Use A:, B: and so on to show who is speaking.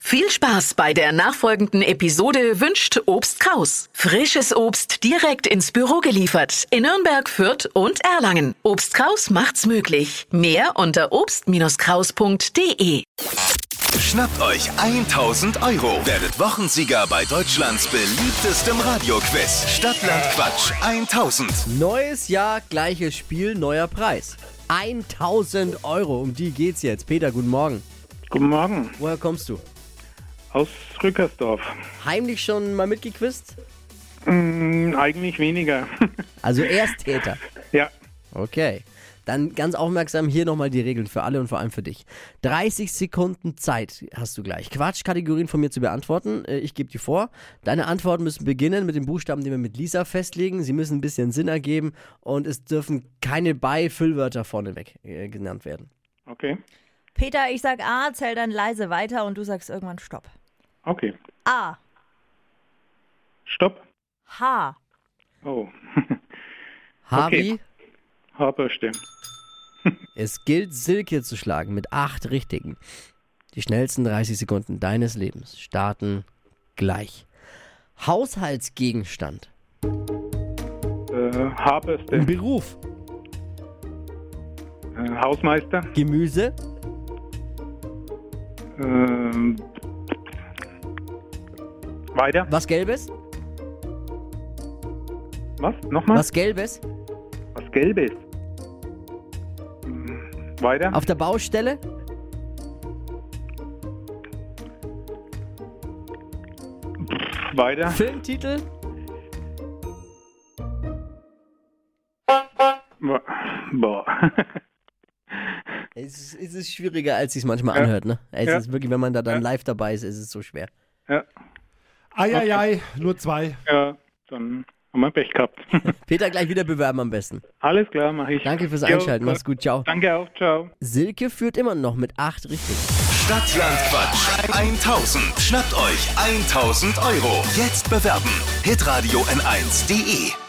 A: Viel Spaß bei der nachfolgenden Episode wünscht Obst Kraus. Frisches Obst direkt ins Büro geliefert in Nürnberg, Fürth und Erlangen. Obst Kraus macht's möglich. Mehr unter obst-kraus.de.
B: Schnappt euch 1000 Euro. Werdet Wochensieger bei Deutschlands beliebtestem Radioquiz. Stadtland Quatsch 1000.
C: Neues Jahr, gleiches Spiel, neuer Preis. 1000 Euro, um die geht's jetzt. Peter, guten Morgen.
D: Guten Morgen,
C: Woher kommst du?
D: aus Rückersdorf.
C: Heimlich schon mal mitgequist?
D: Hm, eigentlich weniger.
C: Also Ersttäter.
D: ja,
C: Okay. Dann ganz aufmerksam hier nochmal die Regeln für alle und vor allem für dich. 30 Sekunden Zeit hast du gleich. Quatschkategorien von mir zu beantworten. Äh, Ich gebe die vor. Deine Antworten müssen beginnen mit dem Buchstaben, den wir mit Lisa festlegen. Sie müssen ein bisschen Sinn ergeben und es dürfen keine Beifüllwörter vorneweg äh, genannt werden.
D: okay.
E: Peter, ich sag A, zähl dann leise weiter und du sagst irgendwann Stopp.
D: Okay.
E: A,
D: Stopp.
E: H,
D: Oh,
C: Harvey,
D: Haarbürste.
C: Es gilt, Silke zu schlagen mit acht Richtigen. Die schnellsten 30 Sekunden deines Lebens starten gleich. Haushaltsgegenstand.
D: Äh, Haarbürste.
C: Beruf.
D: Äh, Hausmeister.
C: Gemüse.
D: Ähm, weiter.
C: Was Gelbes?
D: Hm? Was? Nochmal?
C: Was Gelbes?
D: Was Gelbes. Hm, Weiter.
C: Auf der Baustelle?
D: Weiter.
C: Filmtitel?
D: Boah. Boah.
C: Es ist, es ist schwieriger, als es manchmal anhört, ne? Es
D: Ja.
C: ist wirklich, wenn man da dann live dabei ist, ist es so schwer.
D: ja,
F: Eieiei, nur zwei.
D: ja, dann haben wir Pech gehabt.
C: Peter gleich wieder bewerben am besten.
D: Alles klar, mache ich.
C: Danke fürs
D: Jo,
C: Einschalten. Mach's gut, ciao.
D: Danke auch, ciao.
C: Silke führt immer noch mit acht richtig.
B: Stadtland Quatsch 1000. Schnappt euch 1000 Euro. Jetzt bewerben. Hitradio N1.de.